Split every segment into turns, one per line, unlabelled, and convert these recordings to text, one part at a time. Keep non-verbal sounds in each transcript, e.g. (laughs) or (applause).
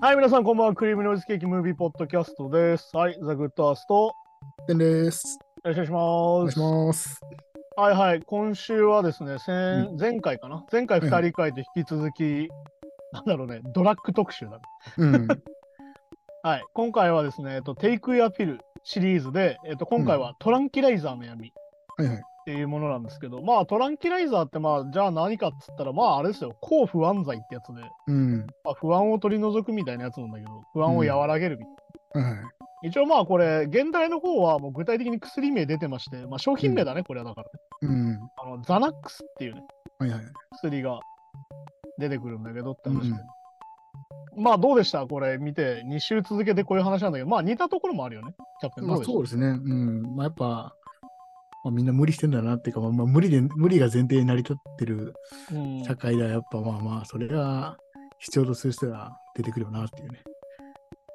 はい、皆さん、こんばんは。クリームノイズケーキムービーポッドキャストです。はい、ザ・グッドアースト、よ
てんです。
ろしく
お願
お願
い
いし
し
ま
ます。
す。はいはい、今週はですね、先
う
前回かな前回2人会で引き続き、なんだろうね、ドラッグ特集だね。
うん。
(laughs) はい、今回はですね、えっと、テイク・イア・ピルシリーズで、えっと、今回はトランキライザーの闇っ
はいはい。
ていうものなんですけど、まあ、トランキライザーって、まあ、じゃあ何かっつったら、まあ、あれですよ、抗不安剤ってやつで、
うん。
まあ、不安を取り除くみたいなやつなんだけど、不安を和らげるみたいな。
はいはい。
一応まあこれ、現代の方はもう具体的に薬名出てまして、まあ商品名だね、これはだから、ね。
うん。
あの、ザナックスっていうね、
はいはい。
薬が出てくるんだけどって話で。まあどうでしたこれ見て、2週続けてこういう話なんだけど、まあ似たところもあるよね、キャプテン。
まあ
どうでした
そうですね。うん。まあやっぱ、まあ、みんな無理してんだなっていうか、まあ、まあ無理で、無理が前提に成り立ってる
うん
社会では、やっぱまあまあ、それが必要とする人が出てくるよなっていうね。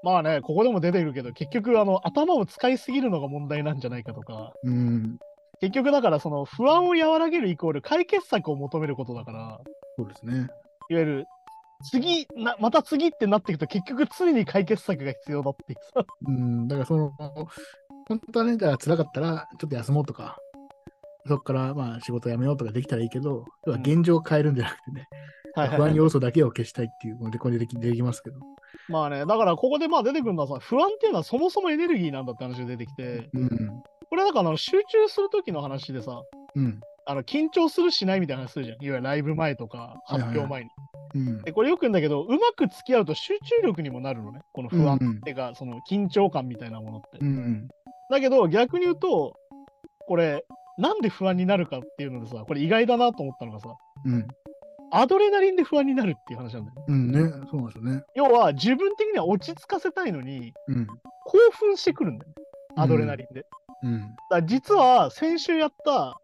まあね、ここでも出てくるけど、結局あの、頭を使いすぎるのが問題なんじゃないかとか、
うん。
結局だからその不安を和らげるイコール解決策を求めることだから、
そうですね。
いわゆる次な、また次ってなっていくと、結局常に解決策が必要だっていうさ。
うん。だからその、本当はね、だから辛かったら、ちょっと休もうとか、そこからまあ仕事辞めようとかできたらいいけど、要は現状を変えるんじゃなくてね、
はいはい
不
は
安
い、
要素だけを消したいっていう、これでこれでできますけど。
まあね、だからここでまあ出てくるのはさ、不安っていうのはそもそもエネルギーなんだって話が出てきて、
うん。
これだからあの集中する時の話でさ、
うん。
あの緊張するしないみたいな話するじゃん。いわゆるライブ前とか
はいはい
発表前に。
うん。
で、これよく言うんだけど、うまく付き合うと集中力にもなるのね、この不安
うんうん
っていうか、その緊張感みたいなものって。
うん。
だけど逆に言うと、これ、なんで不安になるかっていうのでさ、これ意外だなと思ったのがさ、
うん。
アドレナリンで不安になるっていう話なんだよね。
うんね。そうなんですよね。
要は自分的には落ち着かせたいのに
うん。
興奮してくるんだよね。アドレナリンで。だか
うん。
ら実は先週やった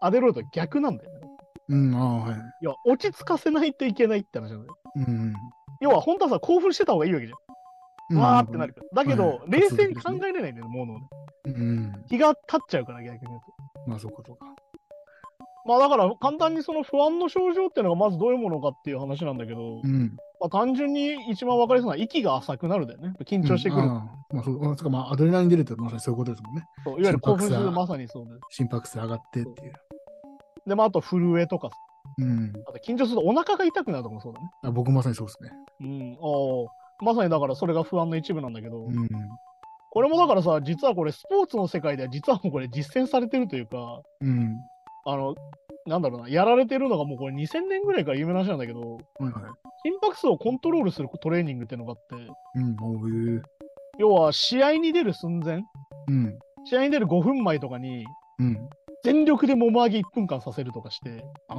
アデロードは逆なんだよね。
うん。ああ、はい。
いや、落ち着かせないといけないって話なんだよ。
うん。
要は本当はさ、興奮してた方がいいわけじゃん。わーってなる。から。だけど、
はい
冷静に考えれないんだよね、ものをね。
うん。
気が立っちゃうから、逆に言うと。
まあ、そうか、そうか。
まあだから、簡単にその不安の症状っていうのがまずどういうものかっていう話なんだけど、
うん。
まあ単純に一番わかりそうな息が浅くなるんだよね。緊張してくる。
ああまあ、そう、そうか、まあ、アドレナリン出ると、まさにそういうことですもんね。
そういわゆる興奮
心
す
拍
る、
数
まさにそうで
心拍数上がってっていう。
す。で、まああと震えとかさ
うん。
あと緊張するとお腹が痛くなるとかもそうだね。
あ僕まさにそうですね。
うん、おまさにだからそれが不安の一部なんだけど、
うん。
これもだからさ、実はこれスポーツの世界では実はもうこれ実践されてるというか、
うん。
あの、なんだろうな、やられてるのがもうこれ2000年ぐらいから有名な話なんだけど、
はいはい。
心拍数をコントロールするトレーニングっていうのがあって、
うん。おういう。
要は試合に出る寸前、
うん。
試合に出る5分前とかに、
うん。
全力でもも上げ1分間させるとかして、
ああ、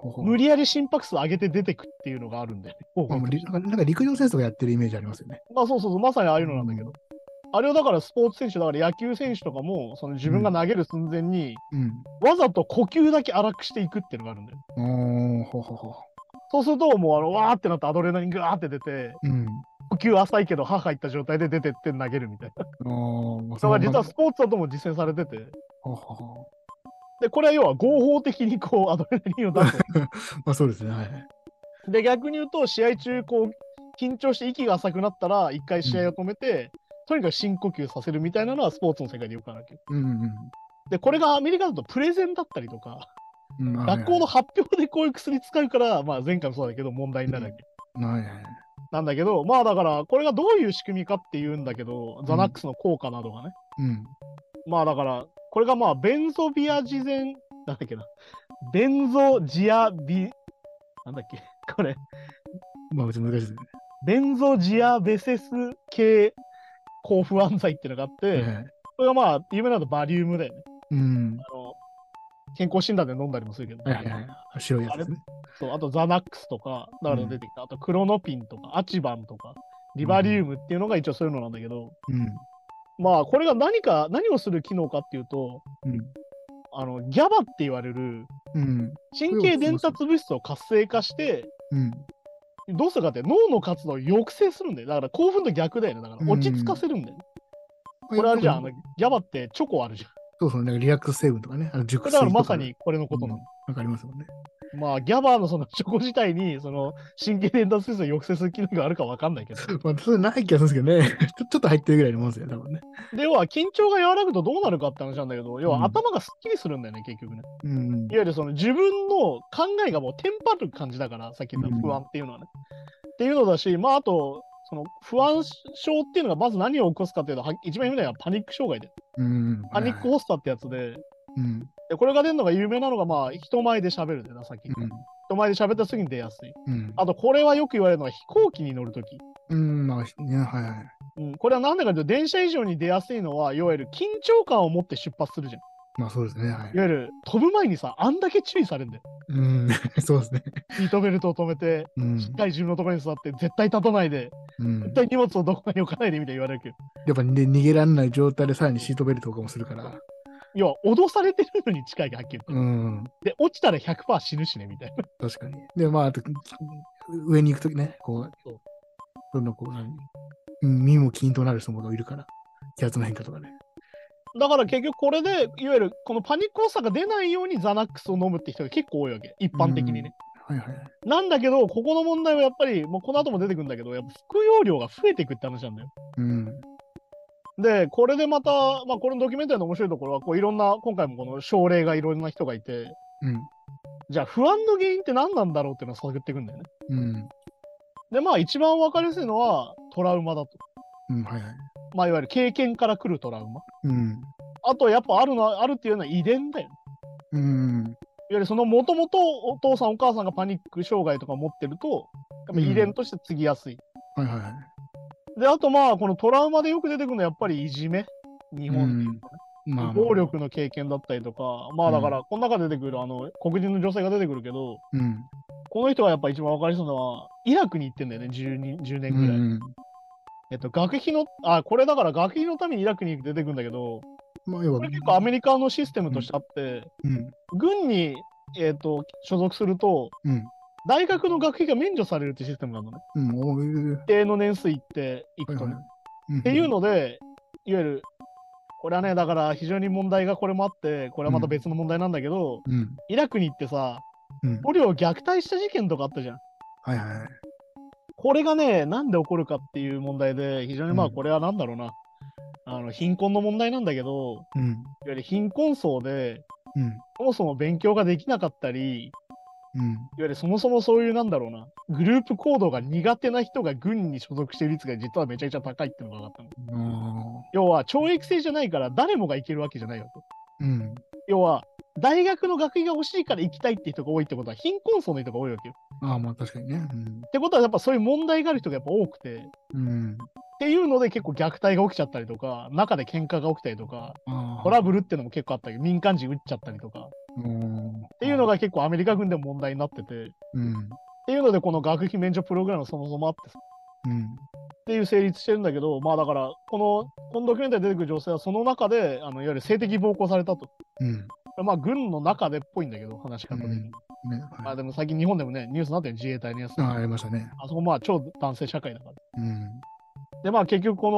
ほほ。
無理やり心拍数上げて出てくっていうのがあるんだよね。
あもうりなんかなんか陸上選手とかやってるイメージありますよね。
まあそうそうそう、まさにああいうのなんだけど。あれをだからスポーツ選手、だから野球選手とかも、その自分が投げる寸前に、
うん。
わざと呼吸だけ荒くしていくっていうのがあるんだよ。
おー、ほほほ。
そうすると、もうあの、わーってなってアドレナリングわーって出て、
うん。
呼吸浅いけど歯入った状態で出てって投げるみたいな。
ああ、まあ
だから実は
そ
スポーツだとも実践されてて。
のほほほ
で、これは要は合法的にこうアドレナリンを出す。
まあそうですね。はい。
で、逆に言うと、試合中、こう、緊張して息が浅くなったら、一回試合を止めて、とにかく深呼吸させるみたいなのはスポーツの世界でよくあるわけ。
うんうん。
で、これがアメリカだとプレゼンだったりとか、
うん
学校の発表でこういう薬使うから、まあ前回もそうだけど問題になるわけ。
はいはい。
なんだけど、まあだから、これがどういう仕組みかっていうんだけど、ザナックスの効果などがね。
うん。
まあだから、これがまあベンゾビア事前、なんだっけな。ベンゾジアビ、なんだっけ、これ、
まあ別に難しいですね。
ベンゾジアベセス系抗不安剤っていうのがあって、
はいはい
これがまあ、有名なのバリウムだよね。
うん。
あの、健康診断で飲んだりもするけど。
はいはいはい。白いやつですね。
そう、あとザナックスとか、だから出てきた、あとクロノピンとか、アチバンとか、リバリウムっていうのが一応そういうのなんだけど、まあ、これが何か、何をする機能かっていうと、あの、ギャバって言われる
うん。うん。
神経伝達物質を活性化して、
うん。
どうするかって脳の活動を抑制するんだよ。だから興奮と逆だよね。だから落ち着かせるんだよね。
こ
これあるじゃん、あの、ギャバってチョコあるじゃん。
そうそう、なんかリラックス成分とかね。あの熟
これ
睡
だ
と
か
から
まさにこれのことなの。
わかりますもんね。
まあ、ギャバーのそのチョコ自体に、その神経伝達スペースを抑制する機能があるかわかんな
(laughs)
いけど。
まあ、それない気がするんですけどね。 (laughs) ちょちょっと入ってるぐらいのもんですよね、多分ね。
で、要は緊張が和らぐとどうなるかって話なんだけど、要
うん
は頭がすっきりするんだよね、結局ね。
うん
い。わゆるその自分の考えがもうテンパる感じだから、さっき言った不安っていうのはね。っていうのだし、まあ、あと、その不安症っていうのがまず何を起こすかっていうと、は一番有名なのがパニック障害で、
うん。
パニック
を。
発作ってやつで、
うん。
でこれが出るのが有名なのが、まあ、人前で喋るでな、さっき言った。人前で喋った時に出やすい。
うん。
あと、これはよく言われるのが飛行機に乗るとき。
うん。まあ、ひねはいはい。
うん、これはなんでかというと、電車以上に出やすいのは、いわゆる緊張感を持って出発するじゃん。
まあ、そうですね。はい
い。わゆる飛ぶ前にさ、あんだけ注意されるんだよ。
うん。 (laughs) そうですね。
シートベルトを止めて、
うん。
しっかり自分のところに座って、絶対立たないで、
うん
絶対荷物をどこかに置かないでみたいに言われるけど、
やっぱね、逃げられない状態でさらにシートベルトとかもするから。
要は脅されてるのに近いがはっきり言って。
うん。
で、落ちたら100%死ぬしね、みたいな。
確かに。で、まあ、あと、き上に行くときね、こう
そう、
どんどんこう、何うん身も均等になる人もいるから、気圧の変化とかね。
だから結局これで、いわゆるこのパニック発作が出ないようにザナックスを飲むって人が結構多いわけ、一般的にね。
はいはいはい。
なんだけど、ここの問題はやっぱり、もうこの後も出てくるんだけど、やっぱ服用量が増えていくって話なんだよ。
うん。
で、これでまた、まあ、これのドキュメンタリーの面白いところは、こういろんな、今回もこの症例がいろんな人がいて、
うん。
じゃあ不安の原因って何なんだろうっていうのを探っていくんだよね。
うん。
で、まあ一番分かりやすいのはトラウマだと。
うん。はいはい。
まあいわゆる経験から来るトラウマ。
うん。
あとやっぱあるのあるっていうのは遺伝だよね。
うん。
いわゆるそのもともとお父さんお母さんがパニック障害とか持ってると、やっぱ遺伝として継ぎやすい。
はいはいはい。
で、あとまあこのトラウマでよく出てくるのはやっぱりいじめ。日本でいうとね
まあ、まあ
暴。力の経験だったりとか、まあだから、この中で出てくる、あの、黒人の女性が出てくるけど、
うん。
この人がやっぱ一番分かりそうなのは、イラクに行ってんだよね、10, 10
う
年ぐらい。
ん。
えっと、学費の、あ、これだから学費のためにイラクに出てくるんだけど、
まあ、要は
これ結構アメリカのシステムとしてあって、
うん。
軍に、えっと、所属すると、
うん。
大学の学費が免除されるってシステムがあるのね。
うん。おういう
一定の年数行って、行
は
く
い
と
はい
ね。っていう
の。
ので、いわゆる、これはね、だから非常に問題がこれもあって、これはまた別の問題なんだけど、
うん。
イラクに行ってさ、
うん。
捕虜を虐待した事件とかあったじゃん。
はいはいはい。
これがね、なんで起こるかっていう問題で、非常にま
う
あ
ん
これはなんだろうな、あの貧困の問題なんだけど、いわ
うん。
ゆる貧困層で、
うん。
そもそも勉強ができなかったり、い
うん。
わゆるそもそもそういうなんだろうな、グループ行動が苦手な人が軍に所属している率が実はめちゃくちゃ高いっていうのが分かったの。
あ
要は懲役制じゃないから誰もが行けるわけじゃないわけ。
ーうん。
要は大学の学位が欲しいから行きたいって人が多いってことは貧困層の人が多いわけよ。
ああ、まあ確かにね。うん
ってことはやっぱそういう問題がある人がやっぱ多くて、
うん。
っていうので結構虐待が起きちゃったりとか、中で喧嘩が起きたりとか、
ああ。
トラブルっていうのも結構あったり、民間人撃っちゃったりとか、っ
うん。って
いうのが結構アメリカ軍でも問題になってて、っ
うん。
ていうのでこの学費免除プログラムそもそもあってさ
うん。
っていう成立してるんだけど、まあだから、この、このドキュメンタリーに出てくる女性はその中で、あのいわゆる性的暴行されたと。
うん。
まあ軍の中でっぽいんだけど、話し方的に。
うんね。
まあ
は
でも最近日本でもね、ニュースになってる自衛隊のやつ。
い。ああ、ありましたね。
あそこまあ超男性社会だから。
うん。
でまあ結局こ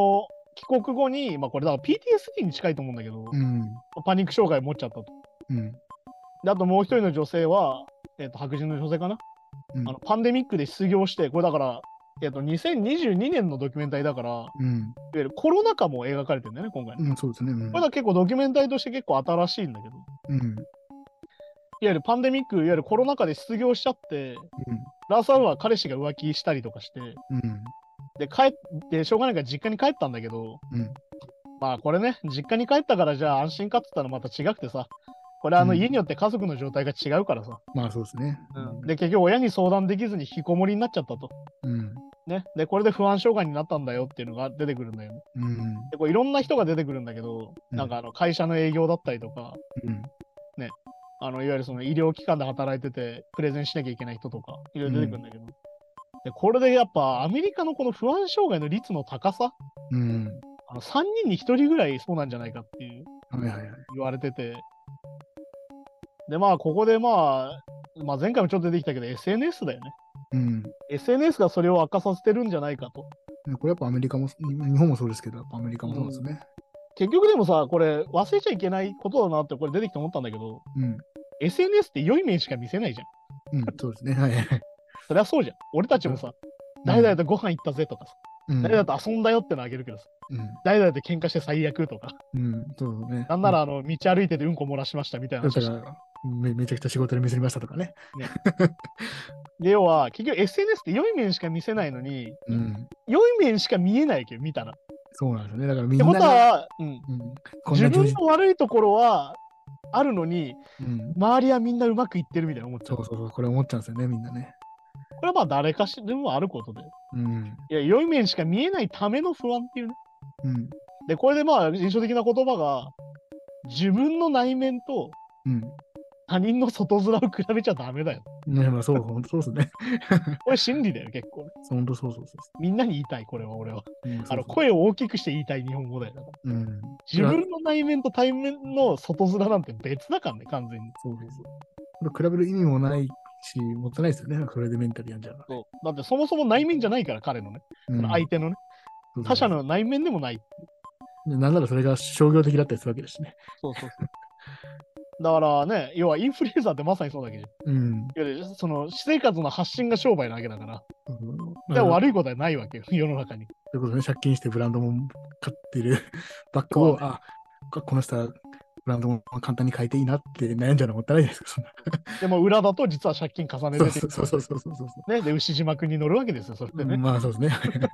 の帰国後に、まあこれだから PTSD に近いと思うんだけど、
うん。
パニック障害持っちゃったと。
うん。
で、あともう一人の女性は、えっと白人の女性かな、
うん
あのパンデミックで失業して、これだから、えっと2022年のドキュメンタリーだから、いわ
うん。
ゆるコロナ禍も描かれてるんだよね、今回ね。
うん、そうですね。うん
これだから結構ドキュメンタリーとして結構新しいんだけど、いわ
うん。
ゆるパンデミック、いわゆるコロナ禍で失業しちゃって、ラーサンは彼氏が浮気したりとかして、
うん。
で、帰って、しょうがないから実家に帰ったんだけど、
うん
まあこれね、実家に帰ったからじゃあ安心かって言ったらまた違くてさ、これあの
うん
家によって家族の状態が違うからさ、
まあ、そうですね。
で、結局親に相談できずに引きこもりになっちゃったと。
うん。
ね。で、これで不安障害になったんだよっていうのが出てくるんだよね。
うん。
で、こういろんな人が出てくるんだけど、
うん
なんかあの会社の営業だったりとか、
うん。
あのいわゆるその医療機関で働いてて、プレゼンしなきゃいけない人とか、いろいろ出てくるんだけど、で、これでやっぱアメリカのこの不安障害の率の高さ、
うん。
あの3人に1人ぐらいそうなんじゃないかっていう
はいはいはい。
言われてて、で、まあ、ここでまあ、まあ、前回もちょっと出てきたけど、SNS だよね。
うん。
SNS がそれを悪化させてるんじゃないかと。
これやっぱアメリカも、日本もそうですけど、やっぱアメリカもそうですね。
結局でもさ、これ忘れちゃいけないことだなって、これ出てきて思ったんだけど、
うん。
SNS って良い面しか見せないじゃん。
うん、そうですね。はいはい。
そりゃそうじゃん。俺たちもさ、誰々とご飯行ったぜとかさ、
うん
誰々と遊んだよってのあげるけどさ、誰々と喧嘩して最悪とか、
うん、うん、そうだね。
なんならあの、道歩いててうんこ漏らしましたみたいな
だか
話してる
らめ、めちゃくちゃ仕事に見せましたとかね。
で、要は、結局 SNS って良い面しか見せないのに、
うん。
良い面しか見えないけど、見たら。っ
そうなんですよね。だからみん
て
な
こと
が、
は、うん、
うん、こん
自
な
分
人
の悪いところはあるのに、
うん、
周りはみんなうまくいってるみたいな思っち
そ
ゃ。
うう
こ
そうそう、これ思っちゃうんですよね、みんなね。
れはまあ誰かしらでもあることで。
うん。
いや、良い面しか見えないための不安っていうね。
うん。
で、これでまあ印象的な言葉が、自分の内面と
うん。
他人の外面を比べちゃダメだよ。
ね、まあそう、本当そうですね。 (laughs)
これ真理だよ、結構。
本当そうそうそ
みんなに言いたい、これは俺は。
う。うん、
あの、
そう
声を大きくして言いたい日本語だよ。
そううん。
自分の内面と対面の外面なんて別だからね、完全に。
そうそうそう。これ比べる意味もないし、もったいないですよね。それでメンタルやんじゃうか
だってそもそも内面じゃないから、彼のね。
ら。
その相手のね。
うん
他者。の内面でもない。
でなんならそれが商業的だったりするわけですしね。
そうそうそう。だからね、要はインフルエンサーってまさにそうだけど、い
うん。
わゆるその私生活の発信が商売なわけだから、
うん
でも悪いことはないわけよ、世の中に。
ということで、ね、借金してブランドも買って (laughs) るバッグを、
そう
あ、ここの人はブランドも簡単に変えていいなって悩んじゃうのもったいないじゃないですか、そんな。
でも裏だと実は借金重
(laughs)
ね
そう
てて、
そうそうそうそうそう
ね、で、牛島君に乗るわけですよ、それでね。
まあそうですね。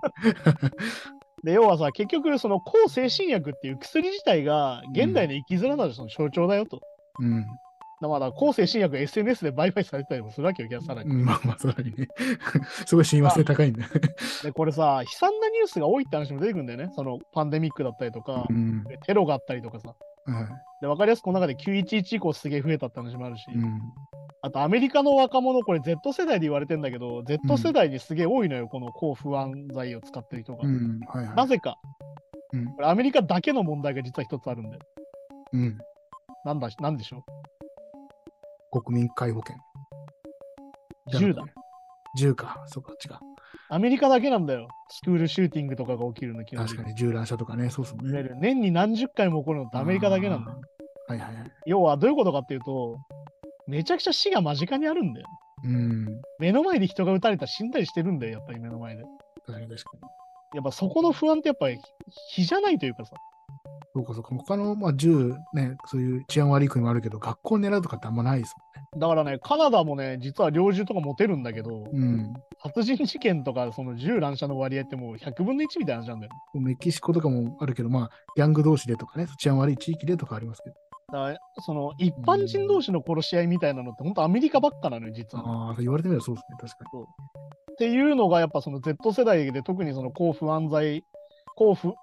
で、要はさ、結局、その抗精神薬っていう薬自体が現代の生きづらさのその象徴だよと。
(laughs) うん。
だから、抗精神薬が SNS で売買されたりもするわけよ、さらに。
まあまあ、さらにね。 (laughs) すごい親和性高いんだ。
で、これさ、悲惨なニュースが多いって話も出てくるんだよね。そのパンデミックだったりとか、
うん。
でテロがあったりとかさ。
は
で、わかりやすくこの中で911以降すげえ増えたって話もあるし、
い。うん。
あとアメリカの若者、これ Z 世代で言われてんだけど、
う
Z
ん
世代にすげえ多いのよ、この抗不安剤を使ってる人が。
うん。はいは。
ないぜか、
うん
これアメリカだけの問題が実は一つあるんで、
うん。
なんだし、なんでしょ
国民皆保険。
う ?10 だ。。
銃か。そうか、違う。
アメリカだけなんだよ。スクールシューティングとかが起きるの、基本
確
的
か
に。
に銃乱射とかね、そうそう
いわゆ
ね。
る年に何十回も起こるのってアメリカだけなんだよ。
あー。はいはいはい。
要はどういうことかっていうと、めちゃくちゃ死が間近にあるんだよ。
うん。
目の前で人が撃たれたら死んだりしてるんだよ、やっぱり目の前で。
確かに確かに。
やっぱそこの不安ってやっぱり日じゃないというかさ。
そうかそうか。他の、まあ、銃、ね、そういう治安悪い国もあるけど、学校狙うとかってあんまないです
だからね、カナダもね、実は猟銃とか持てるんだけど、
もんね。
殺人事件とか、その銃乱射の割合ってもう100分の1みたいな話なんだよ。
うん。メキシコとかもあるけど、まあ、ギャング同士でとかね、治安悪い地域でとかありますけど。
だから、その一般人同士の殺し合いみたいなのって、本当アメリカばっかなのよ、実は。っ
ああ、そう言われてみればそうですね、確か
ていうのが、やっぱその Z 世代で特にその抗不安剤、抗不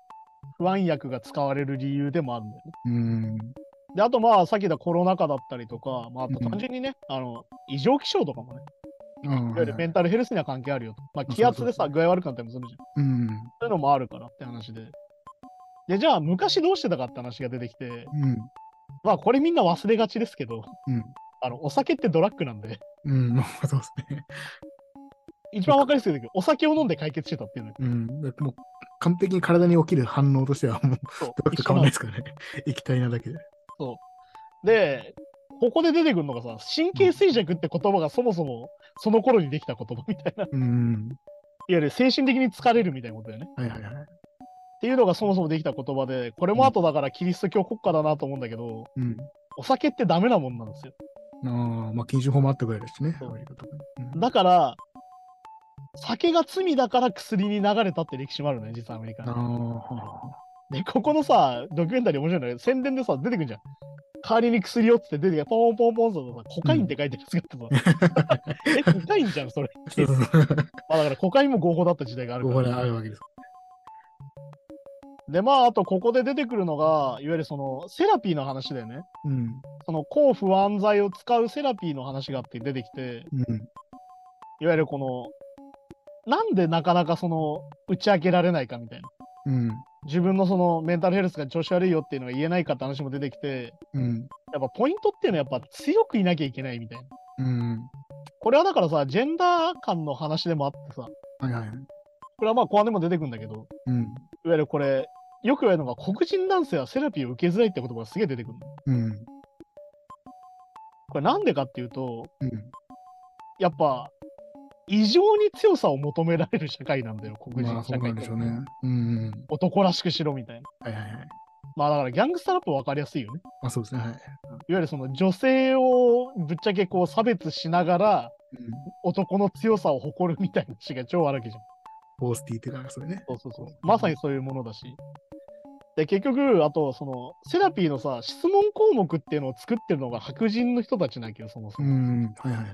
不安薬が使われる理由でもあるんだよね。
に。うん。
で、あとまあ、さっき言ったコロナ禍だったりとか、まあ、あと
うん
単純にね、あの、異常気象とかもね、
あー
いわゆるメンタルヘルスには関係あるよと。まあ、
そう
気圧で
そう
さ、具合悪くなったりもするじゃん。
うん。
そういうのもあるからって話で。で、じゃあ昔どうしてたかって話が出てきて、
うん。
まあこれみんな忘れがちですけど、
うん。
あの、お酒ってドラッグなんで、
うん、まあそうですね。
一番わかりやすい時、お酒を飲んで解決してたっていうのよ
うん。だってもう完璧に体に起きる反応としてはもう、
そう
ドラッグ
一
変
緒
わな
なん
い
で
ですからね。液体なだけで。
で、ここで出てくるのがさ、神経衰弱って言葉がそもそもその頃にできた言葉みたいな、いわ
うん。
ゆる精神的に疲れるみたいなことだよね。っ
はいはいはい。
ていうのがそもそもできた言葉で、これもあとだからキリスト教国家だなと思うんだけど、
うん。
お酒ってダメなもんなんですよ。
ああ、まあ、禁酒法もあったぐらいですしね。
そう
アメリカとかにうん
だから、酒が罪だから薬に流れたって歴史もあるね、実はアメリカ
ああ、
に。
は
で、ここのさ、ドキュメンタリー面白いんだけど、宣伝でさ、出てくるじゃん。代わりに薬をっつって出てきて、ポンポンポンポンとさ、コカインって書いてるやつがあってさ、え、コカインじゃん、それ。
あ。そうそうそう。
まあだからコカインも合法だった時代がある
こ
か
こ
ら。
にあるわけです。
で、まあ、あとここで出てくるのが、いわゆるその、セラピーの話だよね。
うん。
その、抗不安剤を使うセラピーの話があって出てきて、
うん。
いわゆるこの、なんでなかなかその、打ち明けられないかみたいな。
うん。
自分のそのメンタルヘルスが調子悪いよっていうのが言えないかって話も出てきて、
うん。
やっぱポイントっていうのはやっぱ強くいなきゃいけないみたいな。
うん。
これはだからさ、ジェンダー感の話でもあってさ、
はいはい。
これはまあ後半でも出てくるんだけど、
うん。
いわゆるこれ、よく言われるのが黒人男性はセラピーを受けづらいって言葉がすげえ出てくるの。
うん。
これなんでかっていうと、
うん。
やっぱ、異常に強さを求められる社会なんだよ、黒
ま
人
あ、そ
社
うな
会
ん
っ
で
て
しょうね。うんうん。
男らしくしろみたいな。
はいはいはい。
まあだからギャングスタラップは分かりやすいよね。
まあ、そうですね。はい。
いわゆるその女性をぶっちゃけこう差別しながら
うん。
男の強さを誇るみたいな詩が超悪いじゃん。
ボースティーっていうか、それね。
そうそうそう。まさにそういうものだし。で、結局、あと、その、セラピーのさ、質問項目っていうのを作ってるのが白人の人たちなわけよ、そもそうも。
ん。はいはいはい。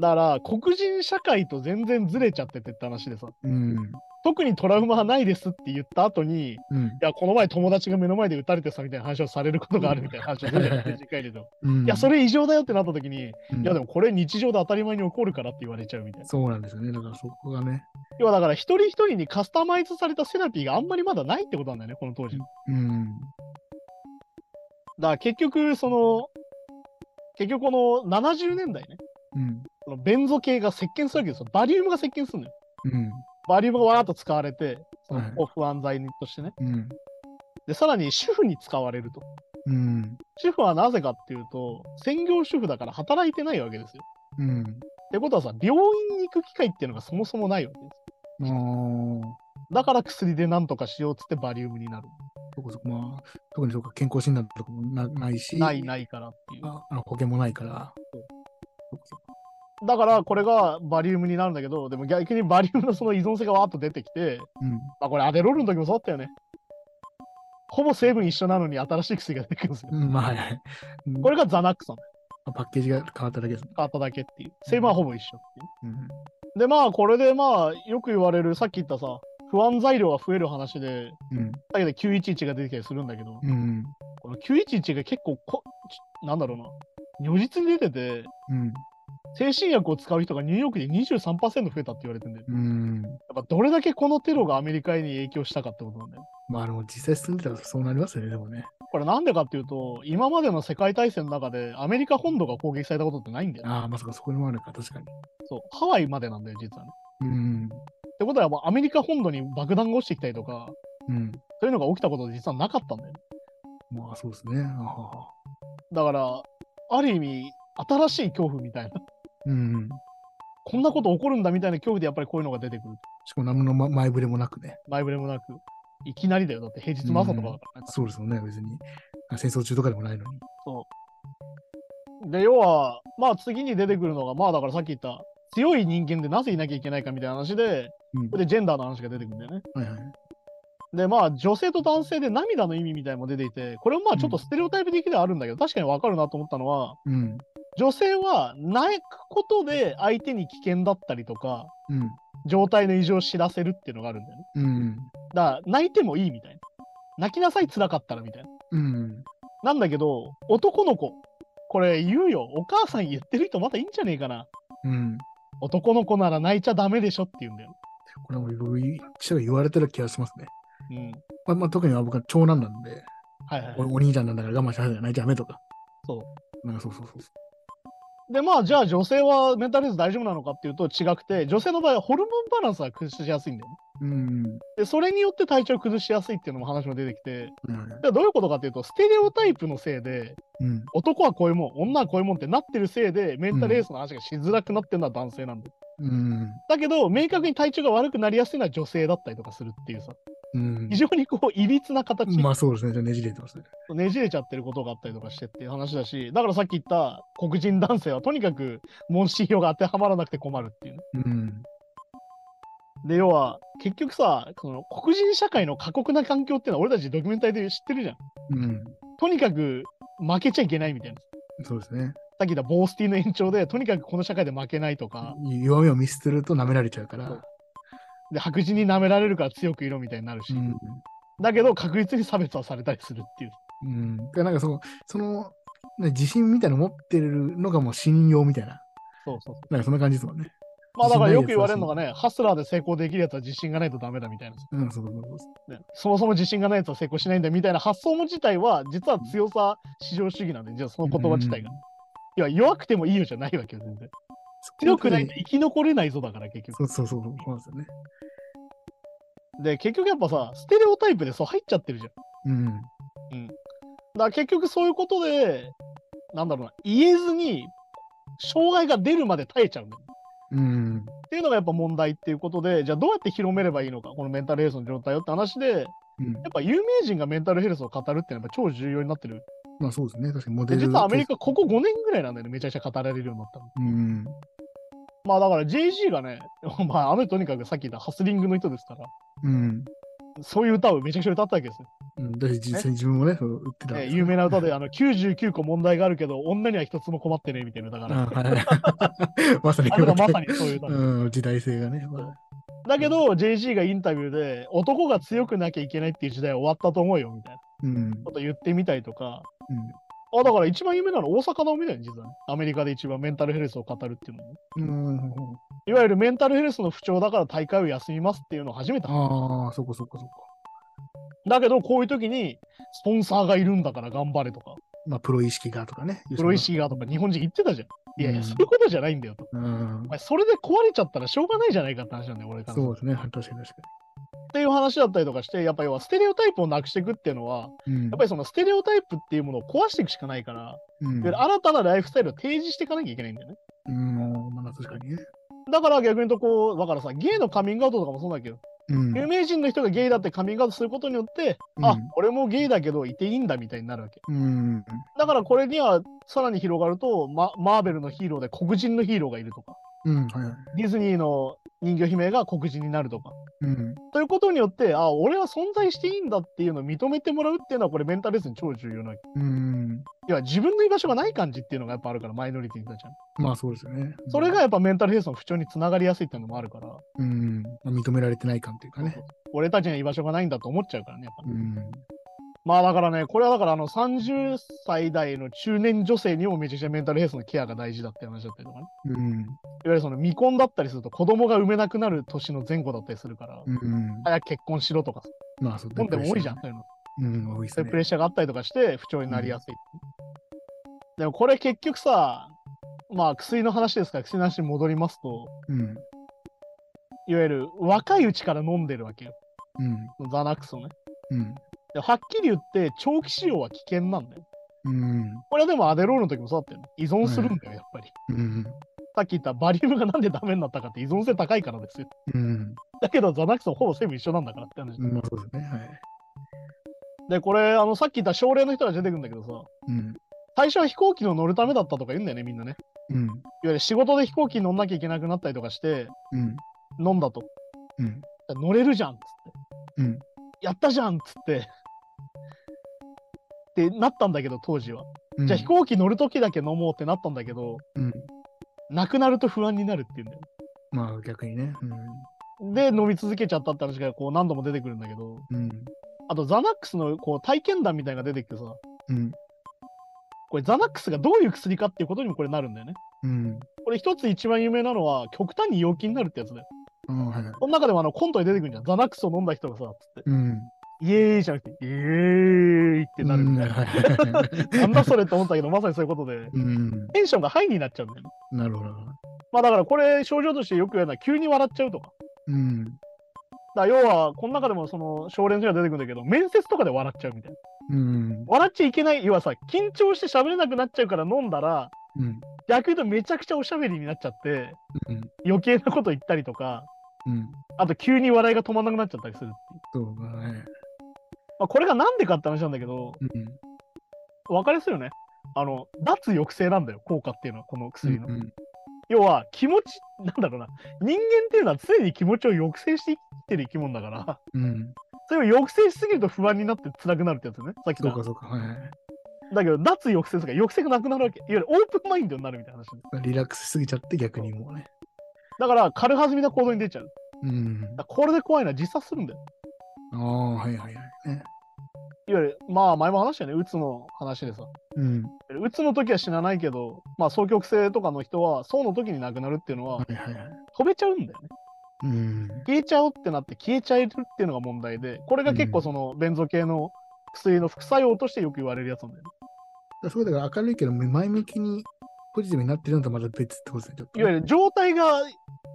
だから、黒人社会と全然ずれちゃっててって話でさ、
うん。
特にトラウマはないですって言った後に、い
うん。
や、この前友達が目の前で撃たれてさ、みたいな話をされることがあるみたいな話をするじゃ、
うんん
黒人会でと。
うん
いや、そ、れ異常だよってなった時に、
うん
いや、でもこれ日常で当たり前に起こるからって言われちゃうみたいな。
そうなんですよね。だからそこがね。
要はだから、一人一人にカスタマイズされたセラピーがあんまりまだないってことなんだよね、この当時。
うん。
だから結局その結局この70年代ね
うん。
このベンゾ系が石鹸するわけですよバリウムが石鹸するのよ
うん。
バリウムがわーっと使われてその
はい
抗不安剤としてね
うん。
でさらに主婦に使われると
うん。
主婦はなぜかっていうと専業主婦だから働いてないわけですよ
うん。
ってことはさ病院に行く機会っていうのがそもそもないわけで
あ
す
あ。
だから薬でなんとかしようっつってバリウムになる
そこそこ、まあ、特にそうか、健康診断とかもなないし、
ないないからっていう
ああの保険もないから。そこそこ
だからこれがバリウムになるんだけどでも逆にバリウムのその依存性がわーっと出てきて
うん。
まあこれアデロールの時もそうだったよね。ほぼ成分一緒なのに新しい薬が出てくるんですよ。
うん、まあ、はいはい。うん
これがザナックさん
パッケージが変わっただけですね。
買っただけっていう。成分はほぼ一緒っていう
うん。
でまあこれでまあよく言われるさっき言ったさ不安材料が増える話で
うん。
だけど911が出てきたりするんだけど
うん。
この911が結構こちなんだろうな如実に出てて
うん。
精神薬を使う人がニューヨークで23%増えたって言われてんだよ。
うん。
やっぱどれだけこのテロがアメリカに影響したかってことなんだよ。
まあ、あの、実際住んでたらそうなりますよね、でもね。
これなんでかっていうと、今までの世界大戦の中でアメリカ本土が攻撃されたことってないんだよね。
ああ、まさかそこにもあるか、確かに。
そう、ハワイまでなんだよ、実はね。
うん。
ってことは、もうアメリカ本土に爆弾が落ちてきたりとか、
うん。
そういうのが起きたことで実はなかったんだよね。
まあ、そうですね。あはは
だから、ある意味、新しい恐怖みたいな、
うん。
こんなこと起こるんだみたいな恐怖でやっぱりこういうのが出てくる。
しかも何のま前触れもなくね。
前触れもなく。いきなりだよ。だって平日の朝とかだからね。
そうですよね、別に。あ戦争中とかでもないのに。
で、要は、まあ次に出てくるのが、まあだからさっき言った、強い人間でなぜいなきゃいけないかみたいな話で、
うん
これでジェンダーの話が出てくるんだよね。
はいはい。
でまあ女性と男性で涙の意味みたいなのも出ていてこれもまあちょっとステレオタイプ的ではあるんだけど、確かに分かるなと思ったのは
うん。
女性は泣くことで相手に危険だったりとか
うん。
状態の異常を知らせるっていうのがあるんだよね
うん。
だから泣いてもいいみたいな泣きなさい辛かったらみたいな
うん。
なんだけど男の子これ言うよお母さん言ってる人またいいんじゃねえかな
うん。
男の子なら泣いちゃダメでしょって言うんだよ、
これもいろいろ記者が言われてる気がしますね。
うん
まあ、まあ、特に僕は長男なんで、
はいはいはい、
おお兄ちゃんなんだから我慢しなさいじゃない、ダメとか。。
そう
なんかそうそうそうそ
でまあじゃあ女性はメンタルヘルス大丈夫なのかっていうと違くて女性の場合はホルモンバランスが崩しやすいんだよね
う。うん。
でそれによって体調崩しやすいっていうのも話も出てきて
はいはいはい
じゃあどういうことかっていうとステレオタイプのせいで
うん。
男はこういうもん女はこういうもんってなってるせいでメンタルエースの話がしづらくなってるのは男性なんだよ、
うん。
だけど明確に体調が悪くなりやすいのは女性だったりとかするっていうさ
うん
非。常にこういびつな形
まあそうですね。じゃあねじれてますね。
ねじれちゃってることがあったりとかしてっていう話だしだからさっき言った黒人男性はとにかく問診票が当てはまらなくて困るっていうね
うん。
で要は結局さその黒人社会の過酷な環境っていうのは俺たちドキュメンタリーで知ってるじゃん
うん。
とにかく負けちゃいけないみたいな。
そうですね。
さっき言ったボースティーの延長で、とにかくこの社会で負けないとか、
弱みを見捨てると舐められちゃうから。
で白人に舐められるから強くいろみたいになるし、
うん。
だけど確実に差別はされたりするっていう。
うん。だからなんかその、その、ね自信みたいなの持ってるのがもう信用みたいな。
そうそう
なんかそんな感じですもんね。
まあだからよく言われるのがね、ハスラーで成功できるやつは自信がないとダメだみたいな。
うん、そうそうそうそ
ねそもそも自信がないやつは成功しないんだみたいな発想も自体は、実は強さ至上主義なんで、じゃあその言葉自体が。
う
いや、弱くてもいいよじゃないわけよ、全然。
う。
強くないと生き残れないぞだから、結局。
そうそうそう。そうなんですよね。
で、結局やっぱさ、ステレオタイプでそう入っちゃってるじゃん。
うん。
だから結局そういうことで、なんだろうな、言えずに、障害が出るまで耐えちゃうんだよ。
うん。
っていうのがやっぱ問題っていうことで、じゃあどうやって広めればいいのか、このメンタルヘルスの状態をって話で、
うん
やっぱ有名人がメンタルヘルスを語るっていうのはやっぱ超重要になってる。
まあそうですね。確かにモデ
で
ル。
実はアメリカ、ここ5年ぐらいなんだよね、めちゃくちゃ語られるようになったの。
うん。
まあだから JG がね、 (laughs) まああの人とにかくさっき言ったハスリングの人ですから、
うん。
そういう歌をめちゃくちゃ歌ったわけですね。
うん、だし実際に自分もね、そう売ってたわけ
ね
ですから。
有名な歌で、あの99個問題があるけど、女には一つも困ってねみたいな歌 (laughs) から。
うんはい (laughs) まさに
あれがまさにそういう歌。
うん、時代性がね。まあ
だけど、JG がインタビューで、男が強くなきゃいけないっていう時代は終わったと思うよみたいな
うん。うん。
こと言ってみたりとか、あだから一番有名なのは大阪のみだよね、実はね。アメリカで一番メンタルヘルスを語るっていうのも、ね。
うん。
いわゆるメンタルヘルスの不調だから大会を休みますっていうのを初めて話
ああ、そこそこそこ。
だけど、こういう時に、スポンサーがいるんだから頑張れとか、
まあ、プロ意識がとかね。
プロ意識がとか、日本人言ってたじゃん。いやいや、
うん
そういうことじゃないんだよと。
うん
お。前それで壊れちゃったらしょうがないじゃないかって話なんだよ、俺からすると。
そうですね。確かに確か
っていう話だったりとかして、やっぱり要はステレオタイプをなくしていくっていうのは、
に。うん。
やっぱりそのステレオタイプっていうものを壊していくしかないから、いわ
うん
ゆる新たなライフスタイルを提示していかなきゃいけないんだよね。
うん、まあ確かにね。
だから逆に言うとこう、だからさ、ゲイのカミングアウトとかもそうだけど、
うん。
有名人の人がゲイだってカミングアウトすることによって、
うん
あ、俺もゲイだけどいていいんだみたいになるわけ。
うん。
だからこれにはさらに広がると、ママーベルのヒーローで黒人のヒーローがいるとか、
うん。はいはい。
ディズニーの人魚姫が黒人になるとか。
うん。
ということによって、あ、俺は存在していいんだっていうのを認めてもらうっていうのは、これメンタルレスに超重要なわけ。
うん。
要は自分の居場所がない感じっていうのがやっぱあるから、マイノリティになっちゃう。
まあそうですよね。
それが、やっぱメンタルヘルスの不調につながりやすいっていうのもあるから、
うん。まあ認められてない感というかね。
俺たちには居場所がないんだと思っちゃうからね、やっぱね。
うん。
まあだからね、これはだからあの30歳代の中年女性にもめちゃくちゃメンタルヘルスのケアが大事だって話だったりとかね。
うん。
いわゆるその未婚だったりすると子供が産めなくなる年の前後だったりするから、
うん。
早く結婚しろとか、
まあそう
日本でも多いじゃん、。そういうの。
うん、多いです
そうい
ね
うプ。レッシャーがあったりとかして不調になりやすい。でもこれ結局さ、まあ薬の話ですから薬の話に戻りますと、
うん。
いわゆる若いうちから飲んでるわけよ。
うん。
ザナックスをね。
うん。
ではっきり言って長期使用は危険なんだよ。
うん。
これはでもアデロールの時もそうだったよね。依存するんだよ、やっぱり。
うん。
さっき言ったバリウムがなんでダメになったかって依存性高いからですよ。
うん。
だけどザナックスはほぼ全部一緒なんだからって話。
まあそうですね。はい。
で、これ、あの、さっき言った症例の人が出てくるんだけどさ、
うん。
最初は飛行機の乗るためだったとか言うんだよね、みんなね。
うん。
いわゆる仕事で飛行機に乗んなきゃいけなくなったりとかして、
うん。
飲んだと。
うん。
乗れるじゃんっつって。
うん
やったじゃんっつって。ってなったんだけど、当時は。
うん。
じゃあ飛行機乗るときだけ飲もうってなったんだけど、
うん。
なくなると不安になるっていうんだよ。
まあ逆にね。
で飲み続けちゃったって話がこう何度も出てくるんだけど
うん。
あとザナックスのこう体験談みたいなのが出てきてさ
うん。
これザナックスがどういう薬かっていうことにもこれなるんだよね
うん。
これ一つ一番有名なのは極端に陽気になるってやつだよ
うん。はいはい。
この中でもあのコントに出てくるじゃんザナックスを飲んだ人がさつって
うん。
イエーイじゃなくてイエーイってなるみたいな、なんだそれって思ったけどまさにそういうことで
うん。
テンションがハイになっちゃうんだよね
なるほど。
まあだからこれ症状としてよく言うのは急に笑っちゃうとか
うん。
だから要はこの中でもその症例の人が出てくるんだけど面接とかで笑っちゃうみたいな
うん。
笑っちゃいけない要はさ緊張して喋れなくなっちゃうから飲んだら
うん。
逆に言うとめちゃくちゃおしゃべりになっちゃって
うん。
余計なこと言ったりとか
うん。
あと急に笑いが止まんなくなっちゃったりするっていう、
そうだね。
まあ、これがなんでかって話なんだけど
うん。
分かりやすいよねあの脱抑制なんだよ効果っていうのはこの薬の、
うん。
要は気持ちなんだろうな人間っていうのは常に気持ちを抑制して生きてる生き物だから
うん。
それを抑制しすぎると不安になって辛くなるってやつねさっき
そ
の
うかそうか。はい。
だけど脱抑制するから抑制がなくなるわけいわゆるオープンマインドになるみたいな話
リラックスしすぎちゃって逆にもうね。
だから軽はずみな行動に出ちゃう
うん。
だからこれで怖いのは自殺するんだよ。
ああ、はいはいはい。ね。
いわゆる、まあ前も話したよね、うつの話でさ。
うん。
うつの時は死なないけど、まあ双極性とかの人は、そうの時に亡くなるっていうのは
は、いはいはい。
飛べちゃうんだよね。
うん。
消えちゃおうってなって消えちゃえるっていうのが問題で、これが結構その、ベンゾ系の薬の副作用としてよく言われるやつなんだよね。
そこだから明るいけど、前向きにポジティブになってるのとまた別ってことですね。ちょっと
いわゆる状態が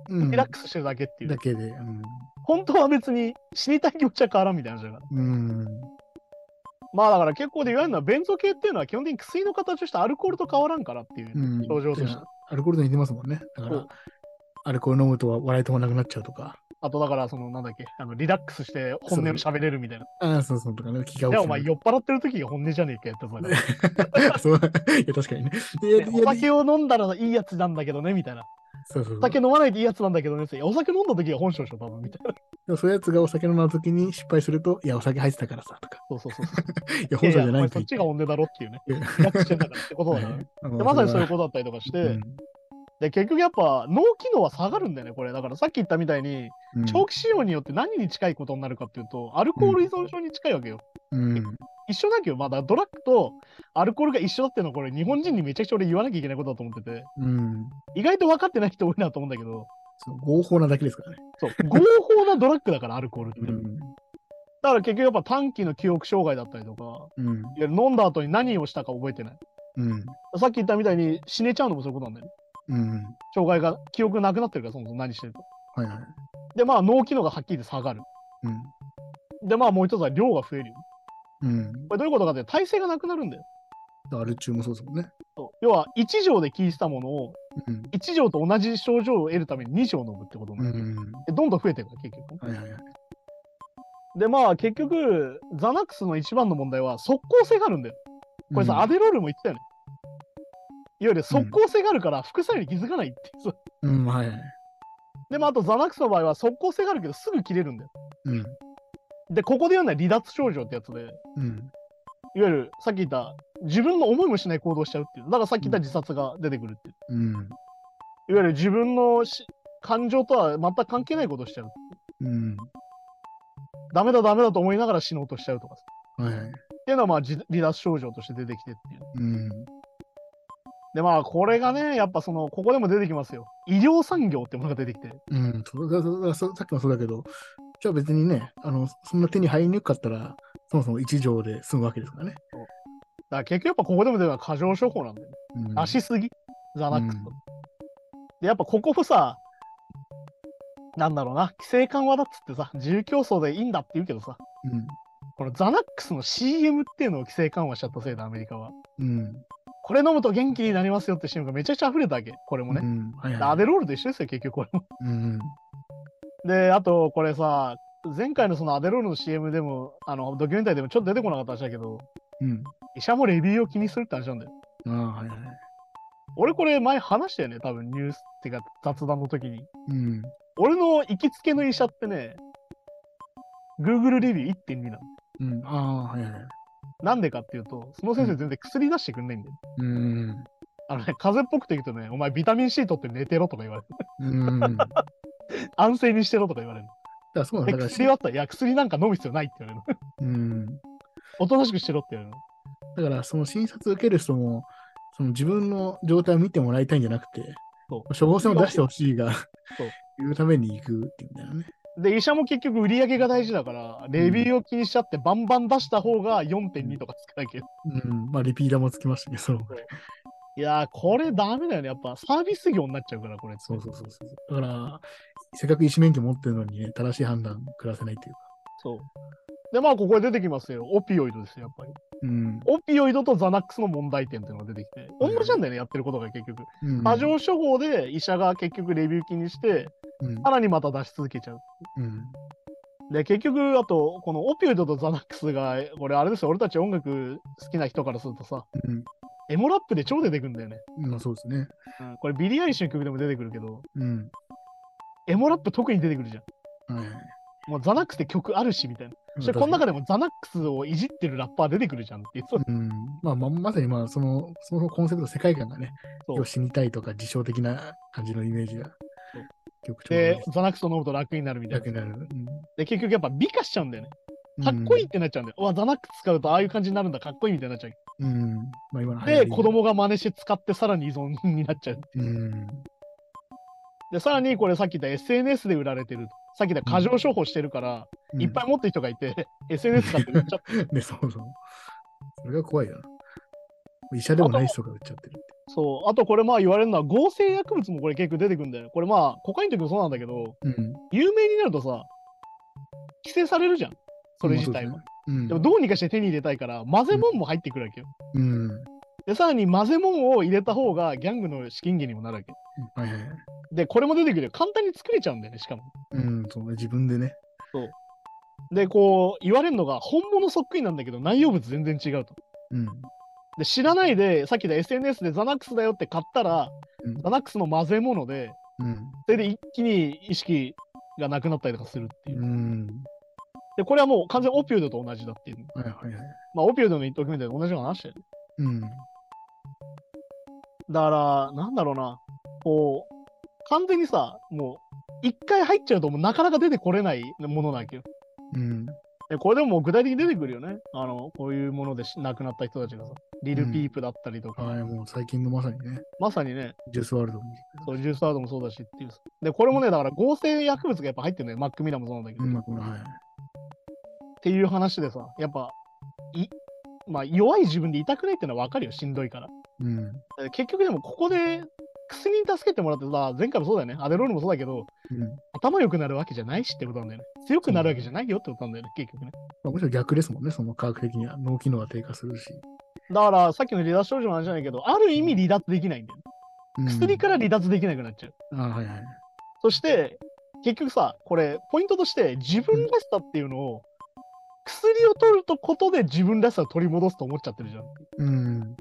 ゆ
リラックスしてるだけっていう。
だけで。うん。
本当は別に死にたい気持ちは変わらんみたいな話だから。
うん。
まあだから結構で言われるのは、ベンゾ系っていうのは基本的に薬の形としてアルコールと変わらんからっていう。
うん。
症状として
アルコールと似てますもんね。だか
そ
ら
う、
アルコール飲むと笑い止まなくなっちゃうとか。
あとだから、その、なんだっけ、あのリラックスして本音を喋れるみたいな。
ああ、そうそうとかね、気が
じ
起
ゃあ
き
お前
て
酔っ払ってる時が本音じゃねえかよって思いなが
(laughs)
ら
そういや、確かにね。いや、い
お
や
酒を飲んだらいいやつなんだけどね、みたいな。
そうそうそう
お酒飲まないでいいやつなんだけどねって。いやお酒飲んだ時が本性でしょ、多分、みたいな。
でもそういうやつがお酒飲んだ時に失敗すると、いや、お酒入ってたからさ、とか。
そうそうそうそう。
いや、本性じゃ
いやいやお
な
前
い
そ
と
っちが本音だろって (laughs) いうね。
言って
リラック
(laughs)
スしてんだからってことだからね。でまさにそういう
こ
ことだったりとかして、
うん
で結局やっぱ脳機能は下がるんだよね、これ。だからさっき言ったみたいに、
うん
長期使用によって何に近いことになるかっていうと、アルコール依存症に近いわけよ。
うん
一緒だけど、まだドラッグとアルコールが一緒だっていうのは、これ日本人にめちゃくちゃ俺言わなきゃいけないことだと思ってて、
うん。
意外と分かってない人多いなと思うんだけど、
そう合法なだけですからね。
そう、合法なドラッグだから、アルコールって。だから結局やっぱ短期の記憶障害だったりとか、
うん。
いや飲んだ後に何をしたか覚えてない。
うん。
さっき言ったみたいに死ねちゃうのもそういうことなんだよね。
うん。
障害が、記憶なくなってるから、そもそも何してるか。
はいはい。
で、まあ脳機能がはっきり下がる。で、まあもう一つは量が増えるよ。
うん。うん。
これどういうことかって、体勢がなくなるんだよ。
アル中もそうですもんね。
そう要は、1錠で効いてたものを、
うん。
1錠と同じ症状を得るために2錠飲むってことに
う
なる。
ん。
でどんどん増えてるから、結局。
はいはいはい。
で、まあ結局、ザナックスの一番の問題は、即効性があるんだよ。これさ、アデロールも言ってたよね。いわゆる即効性があるから、副作用に気づかないっていう。
うん、うん、はいはい。
で、まああと、ザナックスの場合は、即効性があるけど、すぐ切れるんだよ。
うん。
で、ここで言うのは離脱症状ってやつで、
うん。
いわゆるさっき言った自分の思いもしない行動しちゃうっていう。だからさっき言った自殺が出てくるっていう。
うん。
いわゆる自分のし感情とは全く関係ないことしちゃう。
うん。
ダメだダメだと思いながら死のうとしちゃうとかさ。
はいはい。
っていうのはまあじ離脱症状として出てきてっていう。
うん。
でまあこれがね、やっぱその、ここでも出てきますよ。医療産業ってものが出てきて。
うん。そうだだだささっきもそうだけど、じゃあ別にね、あの、そんな手に入りにくかったら、そもそも一錠で済むわけですからね。
だから結局やっぱここでも出るのは過剰処方なんだよね。
うん、
出しすぎザナックス
う
と
ん。
で、やっぱここもさ、なんだろうな、規制緩和だっつってさ、自由競争でいいんだって言うけどさ、
うん。
このザナックスの CM っていうのを規制緩和しちゃったせいでアメリカは。
うん。
これ飲むと元気になりますよって CM がめちゃくちゃ溢れたわけ、これもね
う。ん。はい
ア
は
デロールと一緒ですよ、結局これも。
い。うん。
で、あとこれさ、前回のそのアデロールの CM でも、あの、ドキュメンタリーでもちょっと出てこなかった話だけど、
うん。
医者もレビューを気にするって話なんだよ。
ああ、はいはい。
俺これ前話したよね、多分ニュースっていうか雑談の時に。
うん。
俺の行きつけの医者ってね、Google レビュー1.2なの。
うん。ああ、はいはい。
なんでかっていうと、その先生全然薬出してくんないんだよ。
うん。
あのね、風邪っぽくて言うとね、お前ビタミン C 取って寝てろとか言われる。
(laughs) うん。だか
安静にしてろとか言われる。
らそうなん
で
だだか
薬はあったら、いや、薬なんか飲む必要ないって言われる。
ら、うん。
おとなしくしてろって言われる。
だから、その診察受ける人も、その自分の状態を見てもらいたいんじゃなくて、
そ
処方箋を出してほしいが、
そう
言うために行くっていうみたいなね。
う。で、医者も結局売り上げが大事だから、レビューを気にしちゃってバンバン出した方が4.2とかつかないけど。
うん。まあ、リピーターもつきましたけど、そう
いやー、これダメだよね。やっぱサービス業になっちゃうから、これ。
そうそうそうそう。だから、せっかく医師免許持ってるのにね、正しい判断下せないっていうか。
そう。で、まあ、ここで出てきますよ。オピオイドですよ、やっぱり。
うん。
オピオイドとザナックスの問題点っていうのが出てきて、同
うん
じなんだよね、やってることが結局。
うん
過剰処方で医者が結局レビュー気にして、
うん。
さらにまた出し続けちゃう。
うん。
で、結局、あと、このオピオイドとザナックスが、これあれですよ、俺たち音楽好きな人からするとさ、エモラップで超出てくるんだよね。
うん。まあ、そうですね。
これビリー・アイリッシュの曲でも出てくるけど、
うん。
エモラップ特に出てくるじゃ
はいはい。
ん。もうザナックスって曲あるし、みたいな。そし
確
て
か
こ
に
の中でもザナックスをいじってるラッパー出てくるじゃんっていう。
うんまあ、ままさにまあそのそのコンセプト世界観がね、
そう
要は死にたいとか自傷的な感じのイメージが
そう
曲調
で、ザナックスを飲むと楽になるみたい
だけ
な。
になる。
で、結局やっぱ美化しちゃうんだよね。
うん
かっこいいっ。てなっちゃうんだよ。うわ、ザナックス使うとああいう感じになるんだ、かっこいいみたいになっちゃう。
うん。まあ、今の流行
で、
り
子。供が真似して使ってさらに依存になっちゃう。
うん。
で、さらにこれさっき言った SNS で売られてる。さっき言った過剰処方してるから、いっぱい持ってる人がいて、SNS (laughs) 買って売っちゃ
(laughs)
って。
い。ね、そうそう。それが怖いよな。医者でもない人が売っちゃってるって。
そう。あとこれまあ言われるのは合成薬物もこれ結構出てくるんだよ。これまあ、コカインの時もそうなんだけど、
うん。
有名になるとさ、規制されるじゃん。それ自体
ま
も
あ。。そう
で
ですね
もどうにかして手に入れたいから、混ぜ物も入ってくるわけよ。
うん。うん。
で、さらに混ぜ物を入れた方がギャングの資金源にもなるわけ。
はいはい。
で、これも出てくるよ。簡単に作れちゃうんだよね、しかも。
うん、そう自分でね。
で、こう、言われるのが、本物そっくりなんだけど、内容物全然違うと。
うん。
で、知らないで、さっきの SNS でザナックスだよって買ったら、
うん
ザナックスの混ぜ物で、
うん。
それで一気に意識がなくなったりとかするっていう。
うん。
で、これはもう完全にオピオイドと同じだっていう。
はいはいはい。
まあ、オピオイドのドキュメンタリーで同じような話だよね。
うん。
だから、なんだろうな、こう、完全にさ、もう、一回入っちゃうと、もうなかなか出てこれないものなわけよ。
うん。
でこれでももう具体的に出てくるよね。あの、こういうものでし亡くなった人たちがさ、リル
うん
ピープだったりとか、
はい、もう最近のまさにね、
まさにね、
ジュースワールドも。
そうジュースワードもそうだしっていうさ。で、これもね、だから合成薬物がやっぱ入ってるのよ。マックミラーもそうなんだけど、
う
っ
ん、この、はい。
ていう話でさ、やっぱ、いまあ、弱い自分で痛くないってのは分かるよ、しんどいから。
うん。
で結局でも、ここで薬に助けてもらってさ、前回もそうだよね、アデロールもそうだけど、
うん。
頭良くなるわけじゃないしってことなんだよね。強くなるわけじゃないよってことなんだよね、結局ね。
まあ、むしろ逆ですもんね、その科学的には脳機能は低下するし。
だから、さっきの離脱症状の話じゃないけど、ある意味離脱できないんだよね。
うん、
薬から離脱できなくなっちゃう。
あはいはい。
そして、結局さ、これ、ポイントとして、自分らしさっていうのを、薬を取るとことで自分らしさを取り戻すと思っちゃってるじゃん。
うん。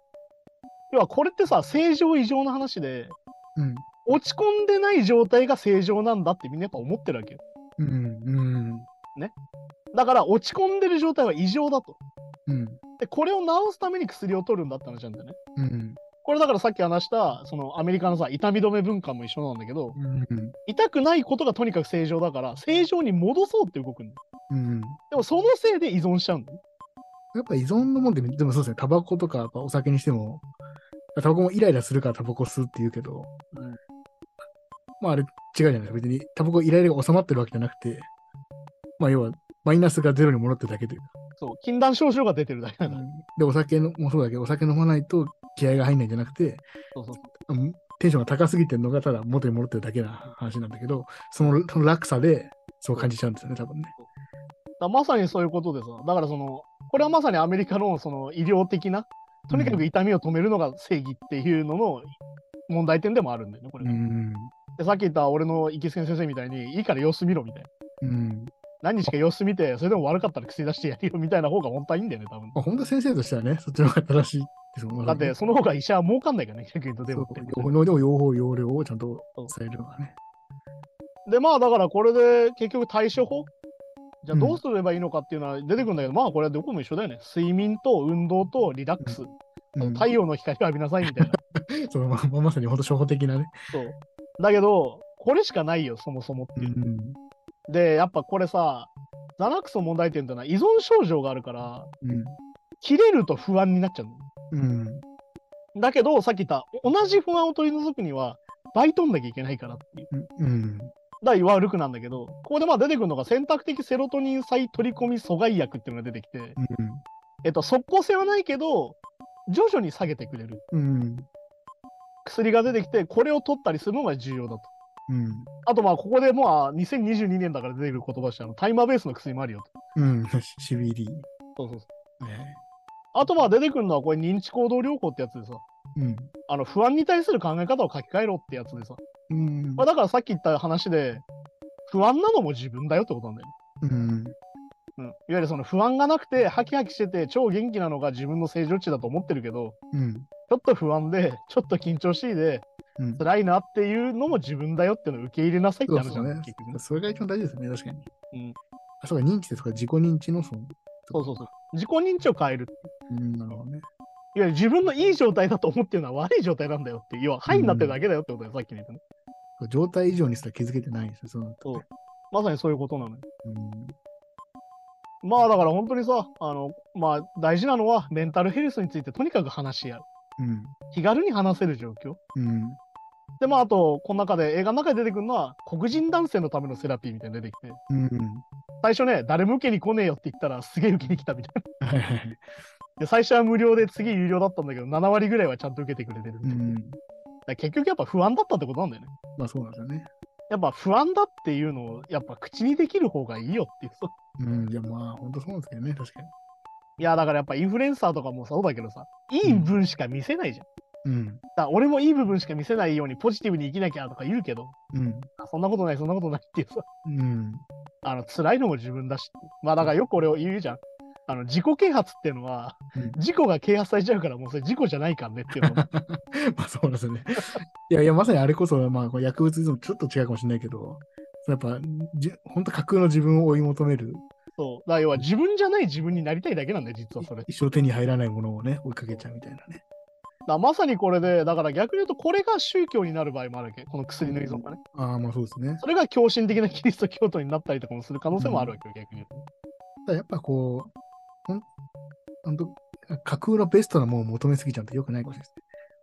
要は、これってさ、正常異常の話で、
うん。
落ち込んでない状態が正常なんだってみんなやっぱ思ってるわけよ。
うん。うん。
だから、落ち込んでる状態は異常だと。
うん。
で、これを治すために薬を取るんだって話なんだよね。
うん。
これだからさっき話した、そのアメリカのさ、痛み止め文化も一緒なんだけど、
うん。
痛くないことがとにかく正常だから、正常に戻そうって動くんだよ。
うん。
でも、そのせいで依存しちゃうんだよ。
やっぱ依存のもんで、でもそうですね、タバコとかやっぱお酒にしても、タバコもイライラするからタバコ吸うって言うけど、
うん
まああれ違うじゃないですか。別にタバコイライラが収まってるわけじゃなくて、まあ要はマイナスがゼロに戻ってるだけというか。
そう、禁断症状が出てるだけだから。
で、お酒のもそうだけど、お酒飲まないと気合が入んないんじゃなくて、
そうそう
うんテンションが高すぎてるのがただ元に戻ってるだけな話なんだけど、そのその落差でそう感じちゃうんですよね、多分ね。
だからまさにそういうことでさ、だからその、これはまさにアメリカのその医療的な、とにかく痛みを止めるのが正義っていうのの問題点でもあるんだよね、これ
う
が。
ん。
でさっき言った俺の行きつけの先生みたいに、いいから様子見ろみたいな。
うん。
何日か様子見て、それでも悪かったら薬出してやるよみたいな方が本当はいいんだよね、多分。
まあ、本田先生としてはね、そっちの方が正しいですもんね
だって、その方が医者は儲かんないからね、逆に言うとでもって。
そう両方でも用法、用量をちゃんと伝えるのがね。
で、まあだからこれで結局対処法じゃあ
うん
どうすればいいのかっていうのは出てくるんだけど、まあこれはどこも一緒だよね。睡眠と運動とリラックス。
うん
太陽の光を浴びなさいみ
(laughs)
たいな。
そのまままさに本当初歩的なね。
そう。だけど、これしかないよ、そもそもっていう。で、やっぱこれさ、ザナックスの問題点ってのは依存症状があるから、
うん。
切れると不安になっちゃう
うん。
のだけど、さっき言った、同じ不安を取り除くには、倍取んなきゃいけないからっていう。
うん。
だから悪くなんだけど、ここでまあ出てくるのが選択的セロトニン再取り込み阻害薬っていうのが出てきて、えっと、即効性はないけど、徐々に下げてくれる
うん。うん。
薬が出てきて、これを取ったりするのが重要だと。
うん。
あとまあここでまあ2022年だから出てくる言葉としてあのタイマーベースの薬もあるよと。
うん。CBD。
そうそうそう
ね
あとまあ出てくるのはこれ認知行動療法ってやつでさ、
うん。
あの不安に対する考え方を書き換えろってやつでさ、
うん
まあ、だからさっき言った話で、不安なのも自分だよってことなんだよね。
うん。
うん、いわゆるその不安がなくてハキハキしてて超元気なのが自分の正常値だと思ってるけど
うん。
ちょっと不安でちょっと緊張しいで
うん。
辛いなっていうのも自分だよっていうのを受け入れなさいって
そうそ
話な
うん
だ
ね
よ結局ね。
それが一番大事ですよね、確かに。
うん
あ、そうか、認知ですか、自己認知のその。
そうそうそう。自己認知を変える
うん、なるほどね。
いや自分のいい状態だと思ってるのは悪い状態なんだよっていう、要は、はいになってるだけだよってことだよ、さっきの言ったね。
状態以上にすら気づけてないんですよ、その。
そうまさにそういうことなのよ。
うん。
まあだから本当にさ、あの、まあ大事なのはメンタルヘルスについてとにかく話し合う。
うん。
気軽に話せる状況。
うん。
で、まああと、この中で、映画の中で出てくるのは黒人男性のためのセラピーみたいなの出てきて、
うん。
最初ね、誰も受けに来ねえよって言ったらすげえ受けに来たみたいな。
はいはいはい。
で、最初は無料で次有料だったんだけど、7割ぐらいはちゃんと受けてくれてるみ
う
たいな。だか
ん。
ら結局やっぱ不安だったってことなんだよね。
まあそうなんですよね。
やっぱ不安だっていうのをやっぱ口にできる方がいいよっていう。 (laughs)
うん。いや、まあ、本当そうなんですけどね、確かに。
いやだからやっぱインフルエンサーとかもそうだけどさ、いい分しか見せないじゃん。
うん。
だ俺もいい部分しか見せないようにポジティブに生きなきゃとか言うけど、
うん。
あそんなことない、そんなことないっていうさ、 (laughs)
うん。 (laughs)
あの辛いのも自分だし、まあだからよく俺を言うじゃん。あの自己啓発っていうのは、
うん
事故が啓発されちゃうから、もうそれ事故じゃないからねっていうの
まあそうですね。 (laughs) いやいや、まさにあれこそ、まあ、こう薬物依存ちょっと違うかもしれないけど、やっぱ、じ本当架空の自分を追い求める、
(laughs) そう。だから要は自分じゃない自分になりたいだけなんだよ、実はそれ。だか
一生手に入らないものをね、追いかけちゃうみたいなね。
らまさにこれで、だから逆に言うと、これが宗教になる場合もあるわけ、この薬の依存がね。
ああ、まあそうですね。
それが狂信的なキリスト教徒になったりとかもする可能性もあるわけよ、逆に言うと。
ただやっぱこう、ほん、ほんと、架空のベストなものを求めすぎちゃうとよくないかもしれないです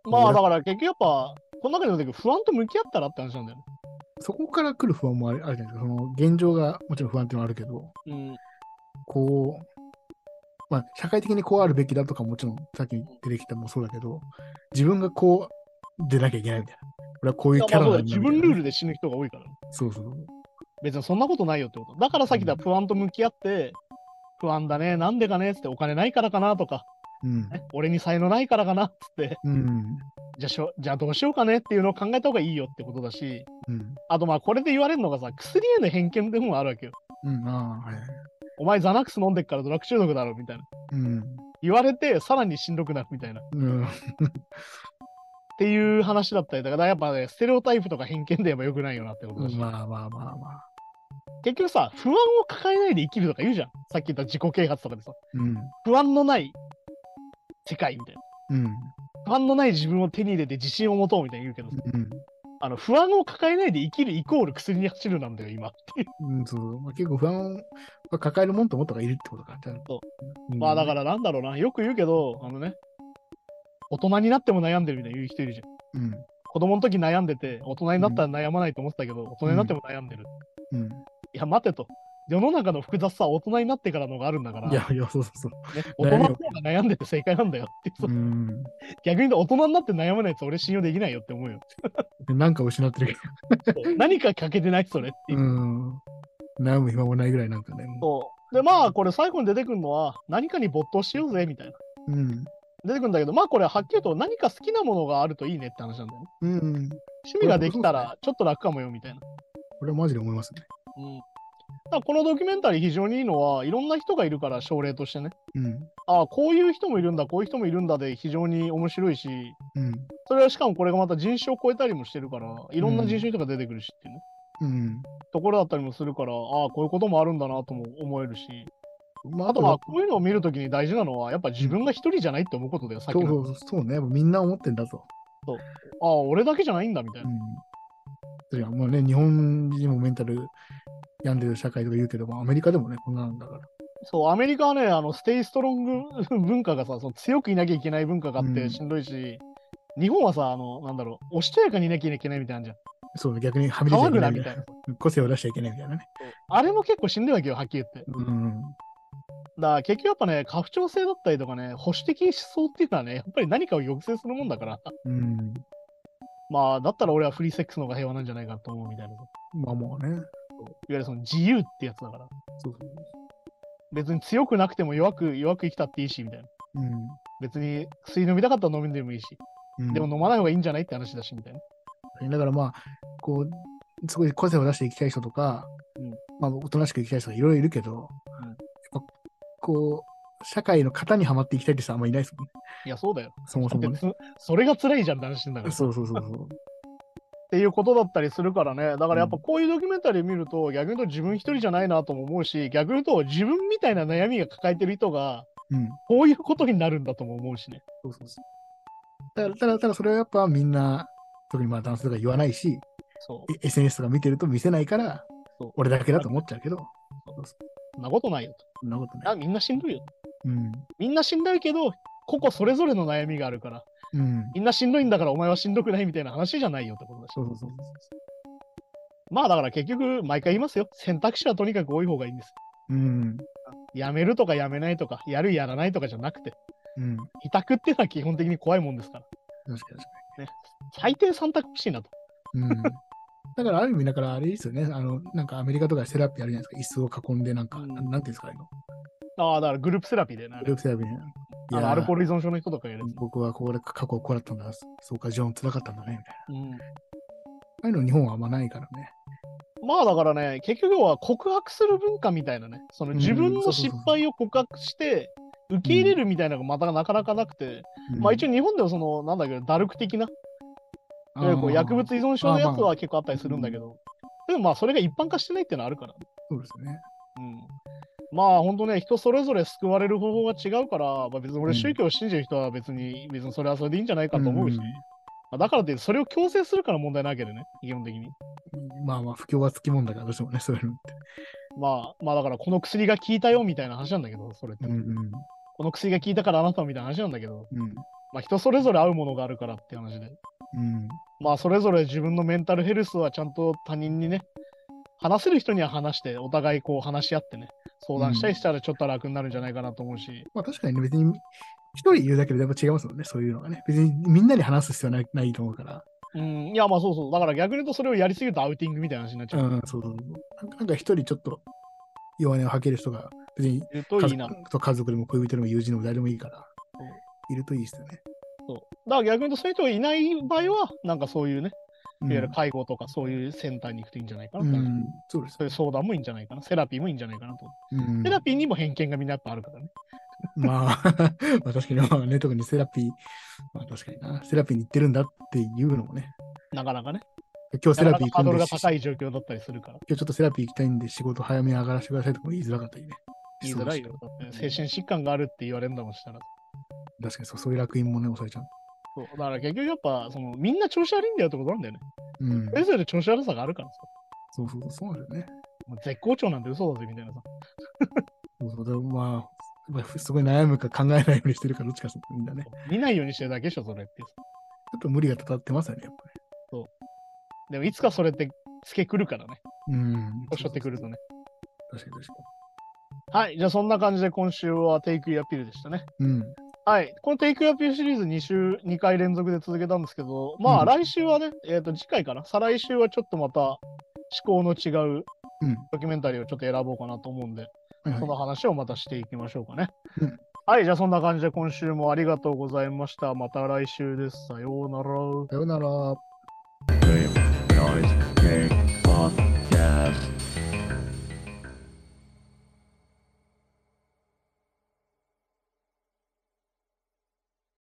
ね。
ま
う
あ
ん
だから結局やっぱ、この中で出てくる不安と向き合ったらって話なんだよね。
そこから来る不安もあるあるじゃないですか。その現状がもちろん不安っていうのはあるけど、
うん。
こう、まあ、社会的にこうあるべきだとかもちろん、さっき出てきたもそうだけど、自分がこう出なきゃいけないみたいな。俺はこういう
まあ
キャラ
そう
な
だよ
んだ
自
みたい
分
な
ルールで死ぬ人が多いから。
そうそう。
別にそんなことないよってこと。だからさっきだ不安と向き合って、不安だね、なんでかねっつって、お金ないからかなとか、
うん。
ね俺に才能ないからかなっつって、
うん。
じゃあしょじゃあどうしようかねっていうのを考えた方がいいよってことだし、
うん。
あとまあこれで言われるのがさ、薬への偏見でもあるわけよ。
うん。ああ、はい。
お前ザナックス飲んでっからドラッグ中毒だろみたいな。
うん。
言われて、さらにしんどくなるみたいな。っ
うん。
ていう話だったりとか、だからやっぱね、ステレオタイプとか偏見で言えばよくないよなってことだし。
まあまあまあまあ。
結局さ、不安を抱えないで生きるとか言うじゃん。さっき言った自己啓発とかでさ、
うん。
不安のない世界みたいな。
うん。
不安のない自分を手に入れて自信を持とうみたいな言うけどさ、
うん。
あの不安を抱えないで生きるイコール薬に走るなんだよ、今っていう。
うん、そう。まあ、結構不安を抱えるもんともっとがいるってことか。ちゃん
そ
と。うん
まあだか。らなんだろうな、よく言うけど、あのね、大人になっても悩んでるみたいな言う人いるじゃん。
うん。
子供の時悩んでて、大人になったら悩まないと思ってたけど、大人になっても悩んでる。
うん。
いや、待てと。世の中の複雑さは大人になってからのがあるんだから、
いやいや、そうそうそう。
ね、大人の方が悩んでて正解なんだよっていうさ、
うん。
逆に言うと大人になって悩まないやつ俺信用できないよって思うよ。
でなんか失ってるけど。
(laughs) 何か欠けてないそれっていうう。
ん。悩む暇もないぐらいなんかね。
そうでまあこれ最後に出てくるのは何かに没頭しようぜみたいな。
うん。
出てくるんだけどまあこれはっきり言うと何か好きなものがあるといいねって話なんだよね。
うん。
趣味ができたらちょっと楽かもよみたいな。
これはマジで思いますね。
うん、だからこのドキュメンタリー非常にいいのはいろんな人がいるから症例としてね。
うん。
ああこういう人もいるんだこういう人もいるんだで非常に面白いし
うん。
それはしかもこれがまた人種を超えたりもしてるからいろんな人種とか出てくるしっていうね、
うん。
ところだったりもするからああこういうこともあるんだなとも思えるし
ま
あとはこういうのを見るときに大事なのはやっぱ自分が一人じゃないって思うことだよさっき
そうそ
の
うそうそうね。やっぱみんな思ってんだと。
ああ俺だけじゃないんだみたいうな、
ん。それはもうね、日本人もメンタル病んでる社会とか言うけども、アメリカでもね、こんなんだから。
そうアメリカはねあのステイストロング文化がさその強くいなきゃいけない文化があっ
う
て
ん
しんどいし、日本はさあのなんだろうおしとやかにいなきゃいけないみたいなんじゃん
そうね、逆にはみ出ちゃ
騒
いけ
ぐ
な
ないみ
みた
た
い
いな
な。個性を出しちゃいけないみたいなね。
あれも結構しんどいわけよはっきり言って
うん。
だから結局やっぱね、家父長制だったりとかね、保守的思想っていうのはね、やっぱり何かを抑制するもんだから、
うん。
まあ、だったら俺はフリーセックスの方が平和なんじゃないかと思うみたいな。いわ
まあもうね。
ゆるその自由ってやつだから。
そうそう。
別に強くなくても弱く、弱く生きたっていいし、みたいな。
うん。
別に薬飲みたかったら飲んでもいいし、
うん
でも飲まない方がいいんじゃないって話だし、みたいな。
だからまあ、こう、すごい個性を出していきたい人とか、
うん
まあ、おとなしくいきたい人がいろいろいるけど、
うん
やっぱこう、社会の型にはまっていきたいって人はあんまりいないですもんね。
いや、そうだよ。
そもそもね。
だってつそれが辛いじゃんって話してんだから。っ
そうそうそうそう。
ていうことだったりするからね、だからやっぱこういうドキュメンタリー見ると、逆に言うと自分一人じゃないなとも思うし、逆に言うと自分みたいな悩みが抱えてる人が、
うん。
こういうことになるんだとも思うしね。
そうそうそう。だから、ただ、ただそれはやっぱみんな、特にまあ男性とか言わないし、
そう。
え SNS とか見てると見せないから
そう、
俺だけだと思っちゃうけど、
そんなことないよと。
そんなこと
あ
ない。
みんなしんどいよ。
うん。
みんなしんどいけど、個々それぞれの悩みがあるから、
うん。
みんなしんどいんだからお前はしんどくないみたいな話じゃないよってことだし。
そうそうそうそう。
まあだから結局、毎回言いますよ。選択肢はとにかく多い方がいいんです。
うん。
やめるとかやめないとか、やるやらないとかじゃなくて、
うん。
委託ってのは基本的に怖いもんですから。
確かに確か
最低3択欲しいなと。
に。うん。 (laughs) だからある意味、だからあれですよね、あの、なんかアメリカとかでセラピーあるじゃないですか、椅子を囲んで、なんか、
うん
なんなんていうんですか、あの
ああ、だからグループセラピーでね。
グループセラピーね。い
あ
や
の
ー
アルコール依存症の人とかがいるやつ。
僕はこれ、過去こうだったんだ、そうか、ジョン辛かったんだね、みたいな。
うん
ああいうの日本はあんまないからね。
まあだからね、結局は告白する文化みたいなね、その自分
うん
の
そうそう
失
そう
敗を告白して、受け入れるみたいなのがまたなかなかなくて、まあ一
応、
応日本ではその、なんだけど、ダルク的な、いわゆるこう薬物依存症のやつは結構あったりするんだけど、でもまあそれが一般化してないっていうのはあるから、
そうですね。
うん。まあ本当ね、人それぞれ救われる方法が違うから、まあ、別に
うん
俺宗教を信じる人は別に、別にそれはそれでいいんじゃないかと思うし、
うんうん
まあだからってそれを強制するから問題なわけでね、基本的に。
まあまあ、不況はつきもんだから、どうしてもね、そういうのって。
まあまあだからこの薬が効いたよみたいな話なんだけど、それって。
うん
この薬が効いたからあなたはみたいな話なんだけど、
うん。うん。
まあ人それぞれ合うものがあるからって話で。
うん。
まあそれぞれ自分のメンタルヘルスはちゃんと他人にね、話せる人には話して、お互いこう話し合ってね、相談したりしたらちょっと楽になるんじゃないかなと思うし、
まあ確かにね、別に、一人言うだけでやっぱ違いますもんね、そういうのがね。別にみんなに話す必要はないないと思うから。
うん、いやまあそうそう、だから逆に言うとそれをやりすぎるとアウティングみたいな話になっち
う
ゃう。
ん、そうそうそう。なんか一人ちょっと弱音を吐ける人が、別に
いると
家
いい
族
な。
と家族でも恋人でも友人でも誰でもいいから、いるといいですよね。
そうだから逆に言うとそういう人がいない場合は、なんかそういうね、
うん
いわゆる介護とかそういうセンターに行くといいんじゃないかな
う
と思う、
ん、そうです
そういう相談もいいんじゃないかな。セラピーもいいんじゃないかなと思
ね。うん
う。セラピーにも偏見がみんなやっぱあるからね。
まあ、 (laughs) まあ確かに、まあね、特にセラピー、まあ確かにな、セラピーに行ってるんだっていうのもね、
なかなかね。
今日セ
なか
ラ
な
ピ
か
ー行く
ハード
ん
ル
で
が
し
高い状況だったりするから。
今日ちょっとセラピー行きたいんで仕事早めに上がらせてくださいとかも言いづらかったりね。
言いづらいよ。だって精神疾患があるって言われるんだもんしたら。
確かにそうそういう楽園もね、抑えちゃう。
そうだから結局やっぱそのみんな調子悪いんだよってことなんだよね。
うん
そ。れぞれ調子悪さがあるからさ。
そうそうそう、そうなんだよね。
もう絶好調なんて嘘だぜみたいなさ。
そうそう、でもまあ、まあ、すごい悩むか考えないようにしてるから、どっちかそうみんなね。ち
見ないようにしてるだけでしょ、それって。
ょっと無理がたたってますよね、やっぱ
でもいつかそれって付けくるからね。
り。うん。
年取ってくるとね。
そうそうそう。確かに確か
はい。じゃあそんな感じで今週はテイクイアピールでしたね。
に。うん。
はい。このテイクイアピールシリーズ2週、2回連続で続けたんですけど、ま
う
あ
ん
来週はね、えっ、と次回かな。再来週はちょっとまた思考の違う
うん。
ドキュメンタリーをちょっと選ぼうかなと思うんで、
はい
その
は
話をまたしていきましょうかね。
うん
はい、じゃあそんな感じで今週もありがとうございました。また来週です。さようなら。
い。さようなら。
William.